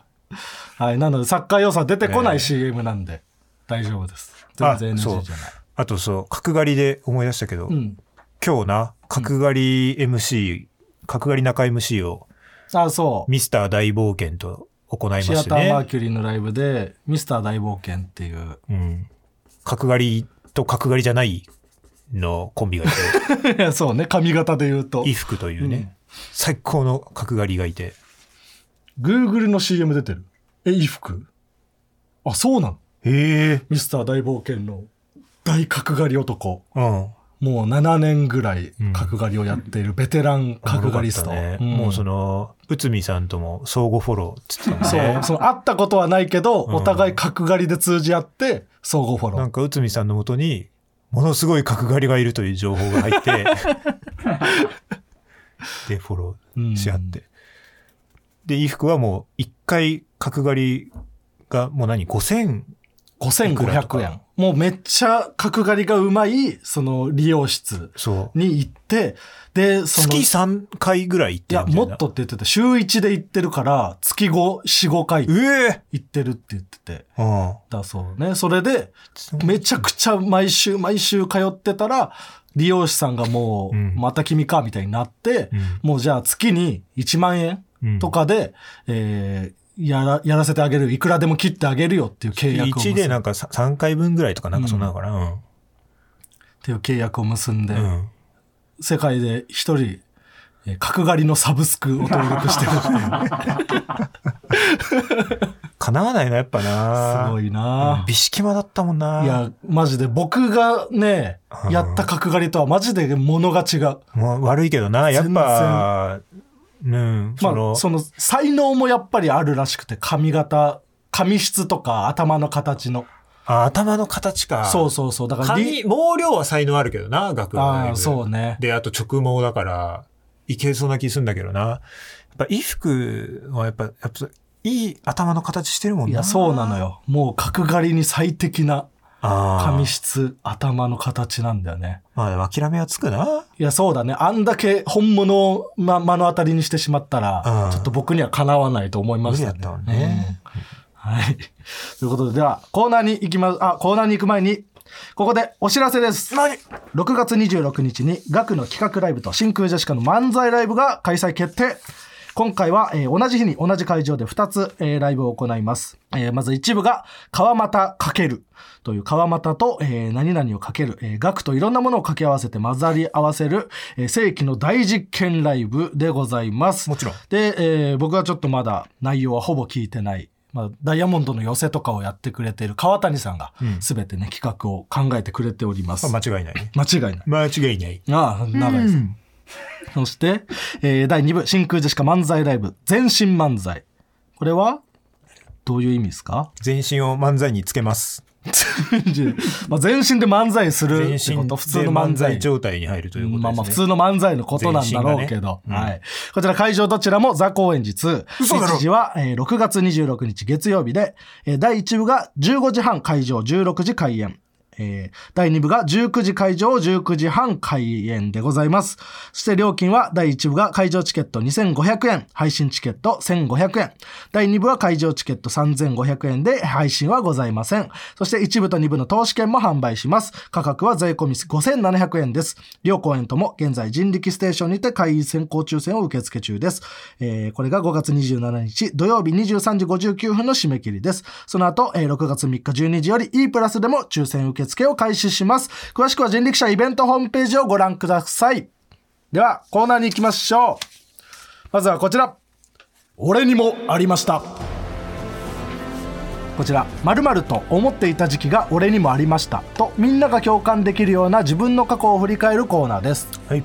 Speaker 3: はい。なので、サッカー要素は出てこな
Speaker 2: え
Speaker 3: い
Speaker 2: え
Speaker 3: CM なんで、大丈夫です。
Speaker 2: あ
Speaker 3: 全然
Speaker 2: そう
Speaker 3: NG じゃない。
Speaker 2: あとそう、角刈りで思い出したけど、
Speaker 3: うん。
Speaker 2: 今日な、角刈り MC、角刈り中 MC を
Speaker 3: ああ、そう。
Speaker 2: ミスター大冒険と行いま
Speaker 3: シア
Speaker 2: して
Speaker 3: ターマー
Speaker 2: ね。
Speaker 3: キュリーのライブで、ミスター大冒険っていう、
Speaker 2: うん。角刈りと角刈りじゃないのコンビがいて、
Speaker 3: いやそうね、 髪型で言うと
Speaker 2: 衣。服というね、
Speaker 3: うん
Speaker 2: 最高の角刈りがいて、
Speaker 3: Google の CM 出てる。え、衣服あ、そうなの
Speaker 2: へえ、
Speaker 3: ミスター大冒険の大角刈り男。
Speaker 2: うん。
Speaker 3: もう7年ぐらい
Speaker 2: うん
Speaker 3: 角刈りをやっているベテラン角刈りスト。
Speaker 2: おもろかった
Speaker 3: ん
Speaker 2: ねもうその、内海さんとも相互フォローっつってたん
Speaker 3: そう、
Speaker 2: で、
Speaker 3: その会ったことはないけど、
Speaker 2: うん
Speaker 3: お互い角刈りで通じ合って、相互フォロ
Speaker 2: なんか内海さんのもとに、ものすごい角刈りがいるという情報が入 って、で、フォロ
Speaker 3: ー。
Speaker 2: ーし合っ
Speaker 3: うん
Speaker 2: て。で、衣服はもう、一回角刈りが、もう何、5000、
Speaker 3: 5500円。もうめっちゃ角刈りがうまい、その理容室
Speaker 2: そう。
Speaker 3: に行って、で、その、
Speaker 2: 月
Speaker 3: い
Speaker 2: 3回ぐらい行ってる
Speaker 3: や、
Speaker 2: みた
Speaker 3: も
Speaker 2: いな。
Speaker 3: っとって言ってて、週1で行ってるから、月5、4、5回
Speaker 2: うえ
Speaker 3: 行ってるって言ってて。
Speaker 2: えうん。
Speaker 3: だそうね。それで、
Speaker 2: め
Speaker 3: めちゃくちゃ毎週毎週通ってたら、理容師さんがもう、
Speaker 2: うん
Speaker 3: また君か、みたいになって、もうじゃあ月に1万円
Speaker 2: うん
Speaker 3: とかで、えーやら、やらせてあげる。いくらでも切ってあげるよっていう契約を結
Speaker 2: 1
Speaker 3: ん
Speaker 2: でなんかさ3回分ぐらいとかなんかそんなのかな。
Speaker 3: っていう契約を結んで、
Speaker 2: うん。うん
Speaker 3: 世界で一人、えー角刈りのサブスクを登録してるっ ていう。
Speaker 2: 叶わないな、やっぱな。
Speaker 3: すごい
Speaker 2: うん
Speaker 3: な
Speaker 2: 美式間だったもんな。
Speaker 3: いや、マジで僕がね、
Speaker 2: うん
Speaker 3: やった角刈りとはマジで物が違う。
Speaker 2: もう悪いけどな、やっぱ、うん、
Speaker 3: ま
Speaker 2: その、
Speaker 3: あ、その才能もやっぱりあるらしくて髪型髪質とか頭の形の
Speaker 2: あ頭の形か。
Speaker 3: そうそうそうだから
Speaker 2: 髪、
Speaker 3: り
Speaker 2: 毛量は才能あるけどな、学はだい
Speaker 3: あ
Speaker 2: ぶ
Speaker 3: あそうね
Speaker 2: で、あと直毛だから、いけそうな気するんだけどな。やっぱ衣服はやっぱ、やっぱ、いい頭の形してるもん
Speaker 3: い
Speaker 2: な。
Speaker 3: やそうなの。よもう角刈りに最適な
Speaker 2: ああ。
Speaker 3: 髪質頭の形なんだよね
Speaker 2: まあ、諦めはつくな。
Speaker 3: いやそうだねあんだけ本物を、ま、目の当たりにしてしまったら
Speaker 2: うん
Speaker 3: ちょっと僕にはかなわないと思いま
Speaker 2: 無
Speaker 3: し
Speaker 2: 理
Speaker 3: た
Speaker 2: だったもんね。
Speaker 3: はい。ということで、では、コーナーに行きます。あ、コーナーに行く前に、ここでお知らせです。
Speaker 2: 何
Speaker 3: ?6 月26日に、学の企画ライブと真空ジェシカの漫才ライブが開催決定。今回は、えー同じ日に同じ会場で2つ、えーライブを行います。えーまず一部が、川又かけるという川又と、えー何々をかける、えー、学といろんなものを掛け合わせて混ざり合わせる、えー世紀の大実験ライブでございます。
Speaker 2: もちろん。
Speaker 3: で、えー僕はちょっとまだ内容はほぼ聞いてない、まあ、ダイヤモンドの寄せとかをやってくれている川谷さんが
Speaker 2: うん
Speaker 3: 全てね、企画を考えてくれております。
Speaker 2: まあ間違いないね。
Speaker 3: 間違いない。
Speaker 2: 間違いない。
Speaker 3: ああ、長いです。
Speaker 2: うん
Speaker 3: そして、えー第2部、真空ジェシカ漫才ライブ、全身漫才。これは、どういう意味ですか
Speaker 2: 全身を漫才につけます。
Speaker 3: まあ全身で漫才する
Speaker 2: 全
Speaker 3: って
Speaker 2: 身
Speaker 3: こ
Speaker 2: で
Speaker 3: と、普通の漫
Speaker 2: 漫
Speaker 3: 才
Speaker 2: 才。状態に入るということですね。
Speaker 3: まあまあ普通の漫才のことなんだろうけ
Speaker 2: 全
Speaker 3: ど、
Speaker 2: 身がね
Speaker 3: はい、こちら会場どちらも座高円寺2
Speaker 2: 嘘だろ
Speaker 3: 日時は、えー6月26日月曜日で、えー第1部が15時半会場16時開演えー第2部が19時会場19時半開演でございますそして料金は第1部が会場チケット2500円配信チケット1500円第2部は会場チケット3500円で配信はございませんそして1部と2部の投資券も販売します価格は税込み5700円です両公演とも現在人力ステーションにて会員選考抽選を受付中です、えーこれが5月27日土曜日23時59分の締め切りですその後、えー6月3日12時より E プラスでも抽選受付を開始します詳しくは人力車イベントホームページをご覧くださいではコーナーに行きましょうまずはこちら俺にもありましたこちら「まると思っていた時期が俺にもありました」とみんなが共感できるような自分の過去を振り返るコーナーです
Speaker 2: はい。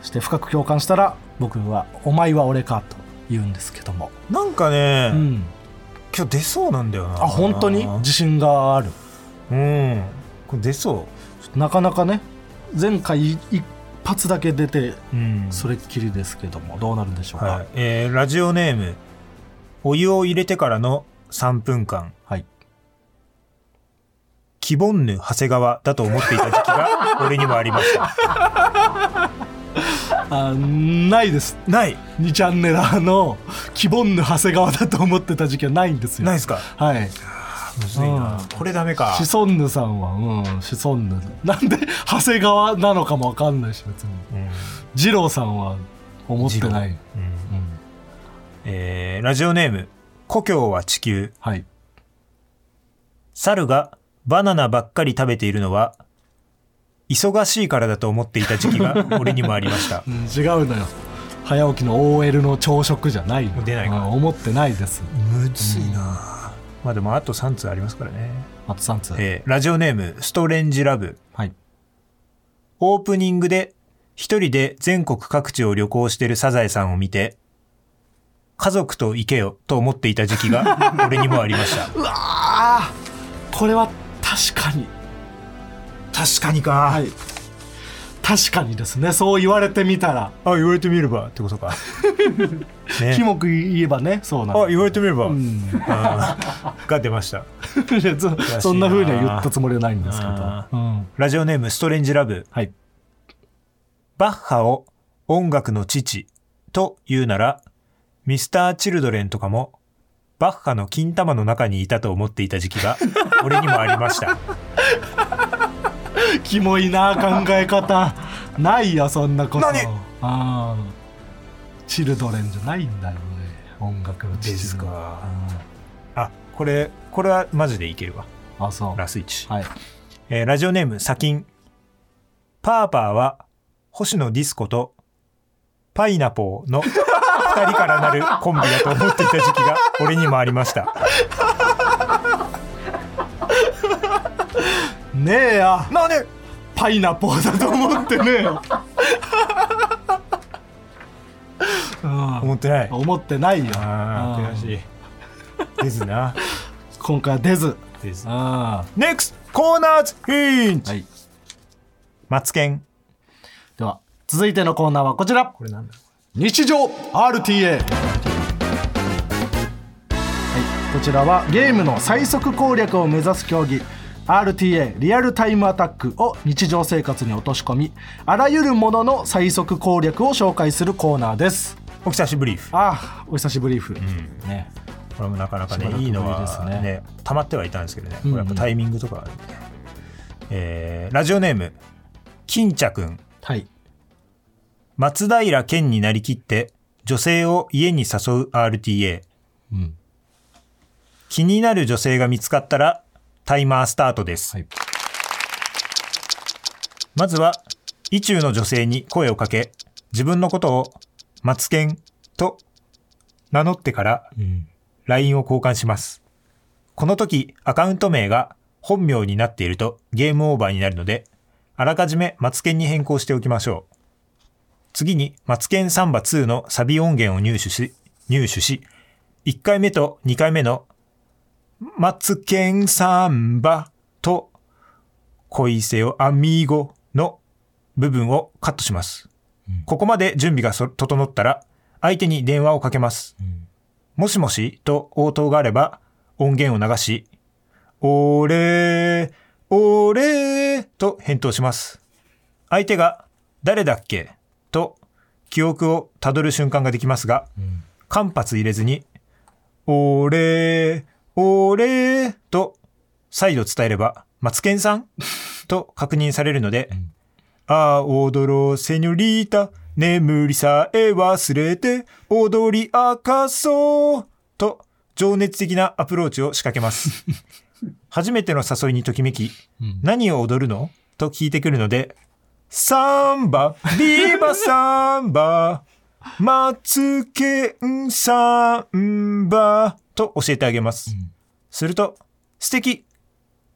Speaker 3: そして深く共感したら僕は「お前は俺か」と言うんですけども、
Speaker 2: なんかね、
Speaker 3: うん、
Speaker 2: 今日出そうなんだよな。
Speaker 3: あ本当に自信がある
Speaker 2: うん。これ出そ
Speaker 3: なかなかね前回一発だけ出て
Speaker 2: う。うん。
Speaker 3: それっきりですけどもどうなるんでしょうか
Speaker 2: はい。えーラジオネーム、お湯を入れてからの3分間、
Speaker 3: はい、
Speaker 2: キボンヌ長谷川だと思っていた時期が 俺にもありました。
Speaker 3: あないです
Speaker 2: ない
Speaker 3: 2チャンネラーのキボンヌ長谷川だと思ってた時期はないんですよ
Speaker 2: ないですか
Speaker 3: はい
Speaker 2: むずいな
Speaker 3: うん。
Speaker 2: これダメか。
Speaker 3: シソンヌさんはうんシソンヌなんで長谷川なのかもわかんないし別に
Speaker 2: うん
Speaker 3: 二郎さんは思ってない、うん
Speaker 2: うんえーラジオネーム、故郷は地球。
Speaker 3: はい
Speaker 2: 猿がバナナばっかり食べているのは、忙しいからだと思っていた時期 が俺にもありました。
Speaker 3: うん違うのよ早起きの OL の朝食じゃないの
Speaker 2: 出ないか
Speaker 3: うん思ってないです
Speaker 2: むずいなまあでもあと3通ありますからね。
Speaker 3: あと3つ
Speaker 2: えーラジオネーム、ストレンジラブ。
Speaker 3: はい
Speaker 2: オープニングで一人で全国各地を旅行してるサザエさんを見て、家族と行けよと思っていた時期 が俺にもありました。
Speaker 3: うわあこれは確かに
Speaker 2: 確かにか。
Speaker 3: はい確かにですねそう言われてみたら
Speaker 2: あ、言われてみればってこと か。ね
Speaker 3: キモく言えばねそうなんだ
Speaker 2: あ、言われてみれば。
Speaker 3: う
Speaker 2: うん
Speaker 3: ん
Speaker 2: が出ました。
Speaker 3: いやそ
Speaker 2: しいな
Speaker 3: そんな風には言ったつもりはないんですけど、
Speaker 2: あ
Speaker 3: うん
Speaker 2: ラジオネーム、ストレンジラブ。
Speaker 3: はい
Speaker 2: バッハを音楽の父と言うなら、ミスター・チルドレンとかも、バッハの金玉の中にいたと思っていた時期が俺にもありました。
Speaker 3: キモいな考 え方ないよそんなこと
Speaker 2: 何
Speaker 3: あーチルドレンじゃないんだよね音楽の父
Speaker 2: です
Speaker 3: の
Speaker 2: か。あ、これ、これはマジでいけるわ。
Speaker 3: あそう
Speaker 2: ラスイチ。
Speaker 3: はい
Speaker 2: えーラジオネーム、サキン。パーパーは、星野ディスコと、パイナポーの二人からなるコンビだと思っていた時期が俺にもありました。
Speaker 3: ねえや
Speaker 2: なんで
Speaker 3: パイナポーだと思ってね えよ、うん
Speaker 2: 思ってない。
Speaker 3: 思ってないよ
Speaker 2: あ
Speaker 3: うん
Speaker 2: あ、悔しい。 ですな。
Speaker 3: 今回は出ず
Speaker 2: です。
Speaker 3: あ
Speaker 2: NEXT コーナーズヒン
Speaker 3: ー
Speaker 2: ト
Speaker 3: はい
Speaker 2: マツケン。
Speaker 3: では続いてのコーナーはこちら
Speaker 2: これなんだ
Speaker 3: 日常 RTA はいこちらはゲームの最速攻略を目指す競技 RTA リアルタイムアタックを日常生活に落とし込みあらゆるものの最速攻略を紹介するコーナーです
Speaker 2: お久しぶりーふ。
Speaker 3: ああお久しぶりーふ、ね
Speaker 2: これもなかなか
Speaker 3: しば
Speaker 2: ね
Speaker 3: ら、くぶ
Speaker 2: い
Speaker 3: り
Speaker 2: いの
Speaker 3: です
Speaker 2: は
Speaker 3: ね
Speaker 2: ね、溜まってはいたんですけどね。こ
Speaker 3: ん
Speaker 2: れやっぱタイミングとかあるんで。えーラジオネーム、金茶くん。
Speaker 3: はい
Speaker 2: 松平健になりきって、女性を家に誘う RTA。
Speaker 3: うん
Speaker 2: 気になる女性が見つかったら、タイマースタートです。
Speaker 3: はい
Speaker 2: まずは、意中の女性に声をかけ、自分のことを、マツケンと名乗ってから、LINE を交換します。この時、アカウント名が本名になっているとゲームオーバーになるので、あらかじめマツケンに変更しておきましょう。次に、マツケンサンバ2のサビ音源を入手し、入手し、1回目と2回目の、マツケンサンバと、恋せよアミーゴの部分をカットします。ここまで準備がそ整ったら、相手に電話をかけます。もしもしと応答があれば、音源を流し、おれー、おれーと返答します。相手が、誰だっけと、記憶をたどる瞬間ができますが、間髪入れずに、おれー、おれーと、再度伝えれば、マツケンさんと確認されるので、ああ、踊ろう、セニョリータ。眠りさえ忘れて、踊り明かそう。と、情熱的なアプローチを仕掛けます。初めての誘いにときめき、何を踊るのと聞いてくるので、サンバ、ビーバサンバ、マツケンサンバ、と教えてあげます。すると、素敵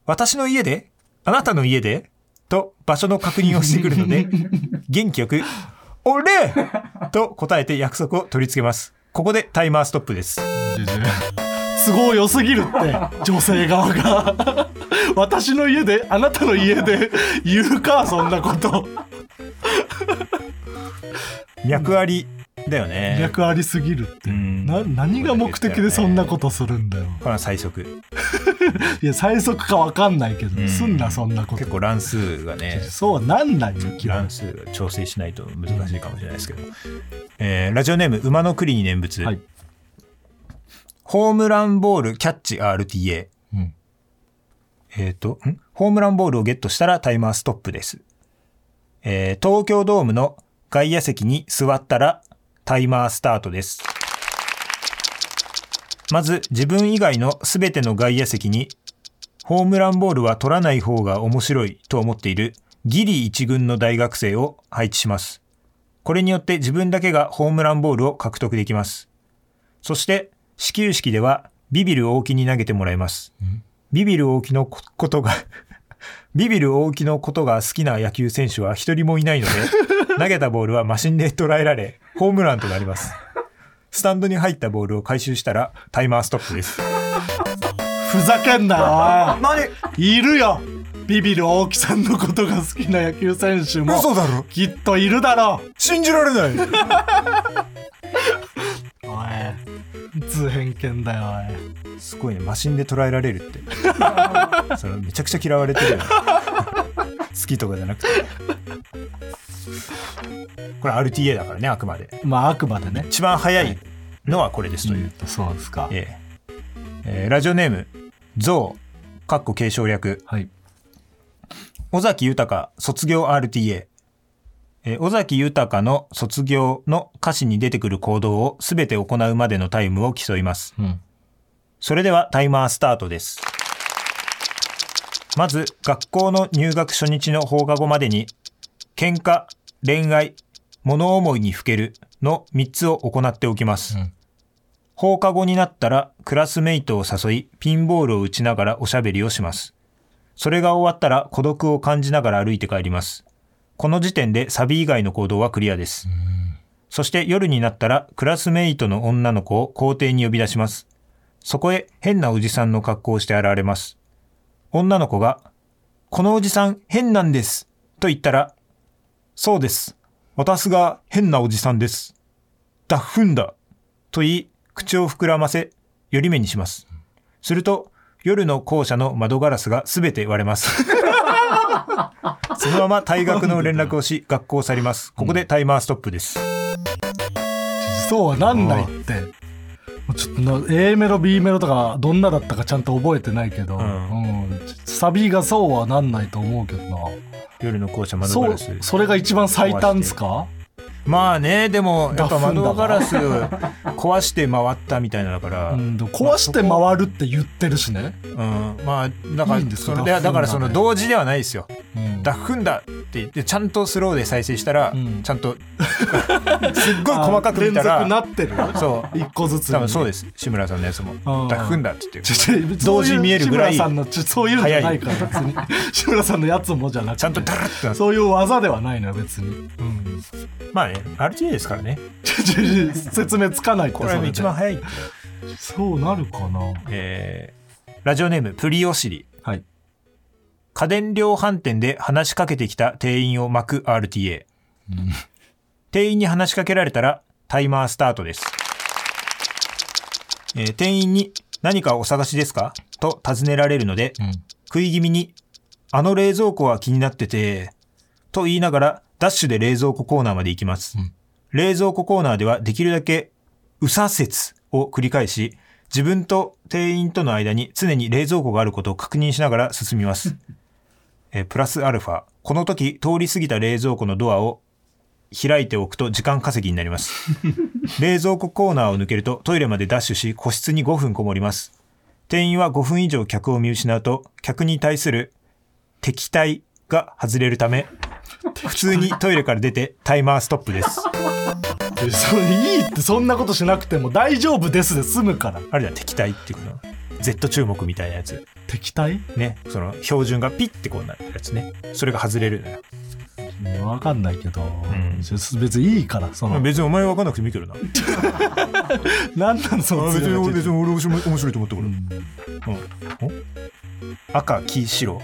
Speaker 2: 私の家であなたの家でと場所の確認をしてくるの で、元気よく、俺と答えて約束を取り付けます。ここでタイマーストップです。
Speaker 3: 都合良すぎるって女性側が 私の家であなたの家で言うかそんなこと
Speaker 2: 脈ありだよね。
Speaker 3: 脈ありすぎるって
Speaker 2: うん
Speaker 3: な何が目的でそんなことするんだよ
Speaker 2: これは最速。
Speaker 3: いや最速かわかんないけど、
Speaker 2: ん
Speaker 3: すんなそんなこと
Speaker 2: 結構乱数がね、
Speaker 3: そうはなんないよ気は
Speaker 2: 乱数が調整しないと難しいかもしれないですけど。えーラジオネーム、馬の栗に念仏。
Speaker 3: はい
Speaker 2: ホームランボールキャッチ RTA。
Speaker 3: うん
Speaker 2: えっ、と、んホームランボールをゲットしたらタイマーストップです。えー東京ドームの外野席に座ったらタイマースタートです。まず自分以外のすべての外野席にホームランボールは取らない方が面白いと思っているギリ一軍の大学生を配置します。これによって自分だけがホームランボールを獲得できます。そして、始球式ではビビる大木に投げてもらいます。ビビる大木のこことが、 ビビる大木のことが好きな野球選手は一人もい ないので、投げたボールはマシンで捉えられ、ホームランとなります。スタンドに入ったボールを回収したらタイマーストップです。
Speaker 3: ふざけんなよ
Speaker 2: 何
Speaker 3: おいいるよビビる大木さんのことが好きな野球選手も
Speaker 2: 嘘だろ
Speaker 3: きっといるだろ
Speaker 2: 信じられないう
Speaker 3: おい通偏見だよおい
Speaker 2: すごいねマシンで捉えられ るってそれめちゃくちゃ嫌われてるよね 好きとかじゃなくてこれ RTA だからねあくまで
Speaker 3: まああくまでね
Speaker 2: 一番早いのはこれですという、
Speaker 3: そうですか
Speaker 2: えええーラジオネームゾウかっこ継承略
Speaker 3: はい
Speaker 2: 尾崎豊卒業 RTA えー尾崎豊の卒業の歌詞に出てくる行動を全て行うまでのタイムを競います
Speaker 3: うん
Speaker 2: それではタイマースタートです。まず、学校の入学初日の放課後までに、喧嘩、恋愛、物思いにふけるの3つを行っておきます。
Speaker 3: うん
Speaker 2: 放課後になったら、クラスメイトを誘い、ピンボールを打ちながらおしゃべりをします。それが終わったら、孤独を感じながら歩いて帰ります。この時点でサビ以外の行動はクリアです。そして夜になったら、クラスメイトの女の子を校庭に呼び出します。そこへ変なおじさんの格好をして現れます。女の子が、このおじさん変なんですと言ったら、そうです。私が変なおじさんです。だっふんだと言い、口を膨らませ、寄り目にします。すると、夜の校舎の窓ガラスがすべて割れます。 そのまま退学の連絡をし、学校を去ります。ここでタイマーストップです。
Speaker 3: そうはなんないってもうちょっとな A メロ B メロとかどんなだったかちゃんと覚えてないけど、
Speaker 2: ん
Speaker 3: うんサビがそうはなんないと思うけどな
Speaker 2: 夜の校舎窓ガ
Speaker 3: そ
Speaker 2: ラ
Speaker 3: う
Speaker 2: ス。
Speaker 3: それが一番最短ですか
Speaker 2: まあねでもやっぱ
Speaker 3: ダフンだ
Speaker 2: 窓
Speaker 3: わ
Speaker 2: ガラス壊して回ったみたいなのだから、
Speaker 3: う
Speaker 2: うん
Speaker 3: ん、でも壊して回るって言ってるしね、
Speaker 2: まあだから
Speaker 3: いいんですか
Speaker 2: その
Speaker 3: ダフンだね
Speaker 2: だからその同時ではないですよ
Speaker 3: うん
Speaker 2: 「ダッフンだ!」って言ってちゃんとスローで再生したら、
Speaker 3: うん
Speaker 2: ちゃんと すっごい細かく見た
Speaker 3: 連
Speaker 2: ら
Speaker 3: 続なってる
Speaker 2: そう
Speaker 3: 一個ずつ
Speaker 2: 多分そうです志村さんのやつも
Speaker 3: あ
Speaker 2: 「
Speaker 3: ー
Speaker 2: ダッフンだ!」って言ってる
Speaker 3: ちょちょ
Speaker 2: 同時見えるぐらい
Speaker 3: そうう志村さんのちょそういうんじゃないから別に 志村さんのやつもじゃなくて
Speaker 2: ちゃんとダラッてなって
Speaker 3: そういう技ではないのよ別に、うん、
Speaker 2: まあね RTA ですからね
Speaker 3: ちょちょちょ説明つかないって
Speaker 2: これ
Speaker 3: そ
Speaker 2: は
Speaker 3: で
Speaker 2: 一番早い、
Speaker 3: そうなるかな
Speaker 2: えーラジオネームプリオシリ
Speaker 3: はい
Speaker 2: 家電量販店で話しかけてきた店員を巻く RTA、店員に話しかけられたらタイマースタートです、えー店員に何かお探しですかと尋ねられるので、食い気味にあの冷蔵庫は気になっててと言いながらダッシュで冷蔵庫コーナーまで行きます、冷蔵庫コーナーではできるだけ右左折を繰り返し自分と店員との間に常に冷蔵庫があることを確認しながら進みますえープラスアルファ。この時、通り過ぎた冷蔵庫のドアを開いておくと時間稼ぎになります。冷蔵庫コーナーを抜けるとトイレまでダッシュし、個室に5分こもります。店員は5分以上客を見失うと、客に対する敵対が外れるため、普通にトイレから出てタイマーストップです。
Speaker 3: えそれ いいってそんなことしなくても大丈夫ですで済むから
Speaker 2: あれだ、敵対っていうかな。Z 注目みたいなやつ。
Speaker 3: 敵対
Speaker 2: ね。その標準がピッてこうなるやつね。それが外れるのよ。
Speaker 3: わかんないけど、
Speaker 2: ん
Speaker 3: 別にいいからその、
Speaker 2: 別にお前分かんなくてもいいけどな。
Speaker 3: なんなんその
Speaker 2: あ別
Speaker 3: 強
Speaker 2: に
Speaker 3: い
Speaker 2: 別に俺面白い面白いと思ったから、
Speaker 3: うん
Speaker 2: うんお赤黄白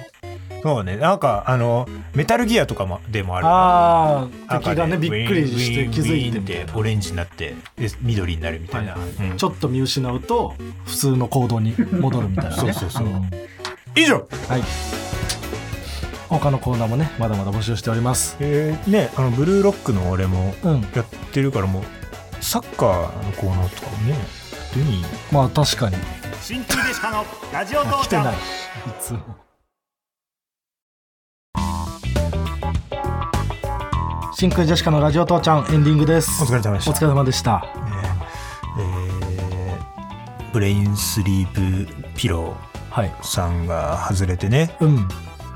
Speaker 2: そうねなんかあのメタルギアとかもでもある
Speaker 3: ああ
Speaker 2: 赤
Speaker 3: 敵
Speaker 2: で
Speaker 3: がねびっくりして
Speaker 2: ウィン
Speaker 3: 気づい
Speaker 2: ウィンウィンった
Speaker 3: てみい
Speaker 2: て
Speaker 3: な
Speaker 2: オレンジになってで緑になるみたいな、うん
Speaker 3: ちょっと見失うと普通の行動に戻るみたいな、ね、
Speaker 2: そうそうそうん以上、
Speaker 3: はい他のコーナーもねまだまだ募集しております
Speaker 2: えーねあのブルーロックの俺も
Speaker 3: うん
Speaker 2: やってるからもうサッカーのコーナーとかもねやってみよう
Speaker 3: まあ確かに
Speaker 4: 新規でしかのラジオ
Speaker 3: あ
Speaker 4: 父
Speaker 3: 来
Speaker 4: ち
Speaker 3: て
Speaker 4: ゃん
Speaker 3: ないいつも 真空ジェシカのラジオ父ちゃんエンディングです
Speaker 2: お疲れ様でした
Speaker 3: お疲れ様でした
Speaker 2: えーえーブレインスリープピロー
Speaker 3: はい。
Speaker 2: さんが外れてね
Speaker 3: うん。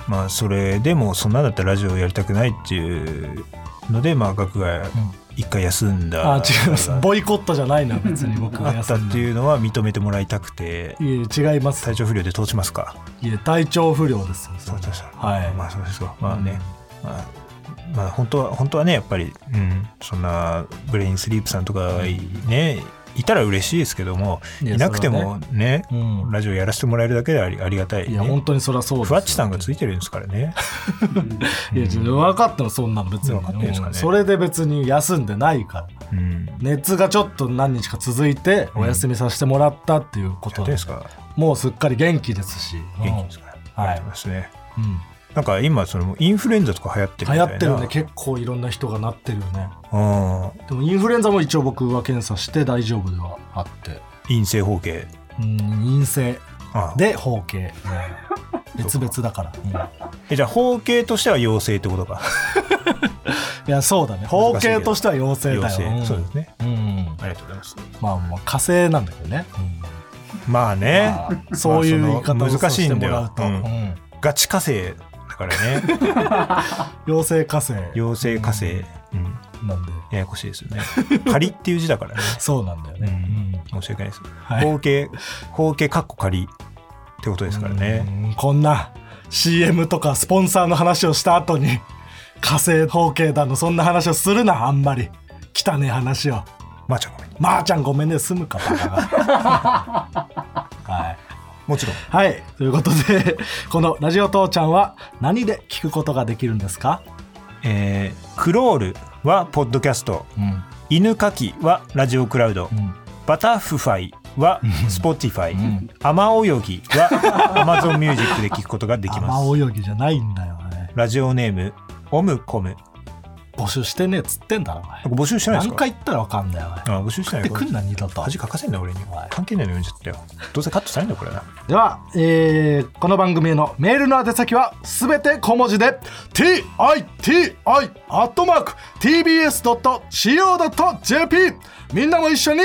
Speaker 2: まあそれでもそんなんだったらラジオやりたくないっていうのでまあ学が一回休んだ、
Speaker 3: あ、違います。ボイコットじゃないな、別に 僕
Speaker 2: あ
Speaker 3: が
Speaker 2: っ
Speaker 3: 休
Speaker 2: たっ
Speaker 3: ん
Speaker 2: て
Speaker 3: で。
Speaker 2: いうのは認めてもらいたくて
Speaker 3: いえ、違います。
Speaker 2: 体調不良で通しますか
Speaker 3: いえ、体調不良ですよ。そ
Speaker 2: そう
Speaker 3: れ
Speaker 2: そうそう
Speaker 3: はい
Speaker 2: まあそうですかまあね、まあまあ本当は本当はねやっぱり、うん、そんなブレインスリープさんとかね、いたら嬉しいですけども
Speaker 3: いや
Speaker 2: いなくて
Speaker 3: それは
Speaker 2: もね
Speaker 3: うん
Speaker 2: ラジオやらせてもらえるだけでありありがたい、ね、
Speaker 3: いや、本当にそりゃそうです
Speaker 2: ふ
Speaker 3: よ。
Speaker 2: わっちさんがついてるんですからね
Speaker 3: いや、ちょっと分かってもそんなん別
Speaker 2: 分
Speaker 3: に。
Speaker 2: かってんですかね
Speaker 3: うんそれで別に休んでないから。
Speaker 2: うん
Speaker 3: 熱がちょっと何日か続いてお休みさせてもらったっていうこ
Speaker 2: ど
Speaker 3: と
Speaker 2: う
Speaker 3: で
Speaker 2: ですか
Speaker 3: もうすっかり元気ですし
Speaker 2: 元気ですか、
Speaker 3: はい
Speaker 2: ありがとうございますね
Speaker 3: うん
Speaker 2: なんか今それもインフルエンザとか流行ってるみ
Speaker 3: 流
Speaker 2: た
Speaker 3: 行
Speaker 2: いな
Speaker 3: ってるね結構いろんな人がなってるよね
Speaker 2: うん
Speaker 3: でもインフルエンザも一応僕は検査して大丈夫ではあって
Speaker 2: 陰性包茎
Speaker 3: うん陰性
Speaker 2: ああ
Speaker 3: で包 茎うん別々だから、うん
Speaker 2: えじゃあ包茎としては陽性ってことか
Speaker 3: いやそうだね包茎としては陽性
Speaker 2: 陽
Speaker 3: だよ
Speaker 2: 性そうですね
Speaker 3: うんうん
Speaker 2: ありがとうございます
Speaker 3: まあまあ火星なんだけどね、
Speaker 2: まあね、
Speaker 3: うんそういう言い方を
Speaker 2: まあその難しいんだよ
Speaker 3: させてもらうと、うん
Speaker 2: ガチ火星だから ね
Speaker 3: 陽性火星
Speaker 2: 陽性火星、うん、
Speaker 3: なんで
Speaker 2: ややこしいですよね仮っていう字だからね
Speaker 3: そうなんだよね、うん
Speaker 2: 申し訳ないです
Speaker 3: い
Speaker 2: 包茎包茎かっこ仮ってことですからね
Speaker 3: うんこんな CM とかスポンサーの話をした後に火星包茎だのそんな話をするなあんまり汚ねえ話を
Speaker 2: まあちゃんごめん
Speaker 3: まー、ちゃんごめんね済むかバカが はい
Speaker 2: もちろん
Speaker 3: はいということでこの「ラジオ父ちゃん」は何で聞くことができるんですか、
Speaker 2: えークロールはポッドキャスト
Speaker 3: うん
Speaker 2: 犬かきはラジオクラウド、バタフファイはスポティファイ、雨泳ぎはアマゾンミュージックで聞くことができま
Speaker 3: 雨
Speaker 2: す
Speaker 3: 泳ぎじゃないんだよね
Speaker 2: ラジオネームオムコム
Speaker 3: 募集してねえっつってんだろお前
Speaker 2: 募集してないです
Speaker 3: 何
Speaker 2: か
Speaker 3: 回言ったらわかんだよお前
Speaker 2: あ募集して
Speaker 3: や
Speaker 2: な
Speaker 3: っ
Speaker 2: い
Speaker 3: て
Speaker 2: よ
Speaker 3: くんな二度と
Speaker 2: 恥かかせんな俺に
Speaker 3: はい
Speaker 2: 関係ないの読んじゃったよどうせカットされんだよこれな
Speaker 3: では、えーこの番組へのメールの宛先はすべて小文字で TITI.tbs.co.jp みんなも一緒に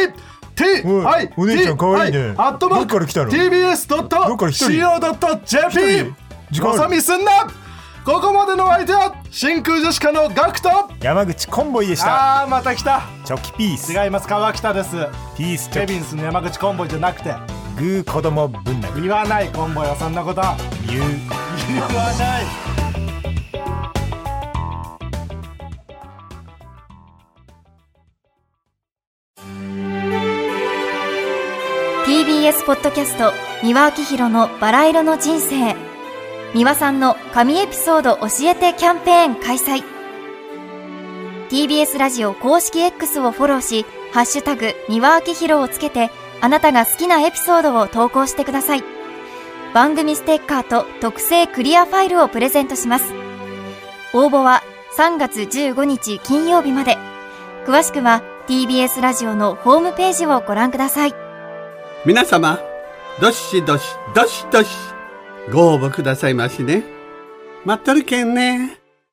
Speaker 3: TITI
Speaker 2: おいお姉ちゃん可愛いね
Speaker 3: アットマー
Speaker 2: ど
Speaker 3: ク
Speaker 2: っから来たのっから一人
Speaker 3: TBS.co.jp
Speaker 2: 時間あ
Speaker 3: ご
Speaker 2: る
Speaker 3: さみすんなここまでのお相手は真空ジェシカのガクト
Speaker 2: 山口コンボイでした
Speaker 3: あーまた来た
Speaker 2: チョキピース
Speaker 3: 違います川北です
Speaker 2: ピースチ
Speaker 3: ケ
Speaker 2: ョ
Speaker 3: ビ
Speaker 2: キ
Speaker 3: ンスの山口コンボイじゃなくて
Speaker 2: グー子供ぶん殴り
Speaker 3: 言わないコンボイはそんなこと
Speaker 2: 言う
Speaker 3: 言わない
Speaker 5: ー TBS ポッドキャスト三輪明宏のバラ色の人生三輪さんの神エピソード教えてキャンペーン開催 TBS ラジオ公式 X をフォローし「ハッシュタグ三輪明宏」をつけてあなたが好きなエピソードを投稿してください番組ステッカーと特製クリアファイルをプレゼントします応募は3月15日金曜日まで詳しくは TBS ラジオのホームページをご覧ください
Speaker 6: 皆様、どしどし、どしどし、ご応募くださいましね。待っとるけんね。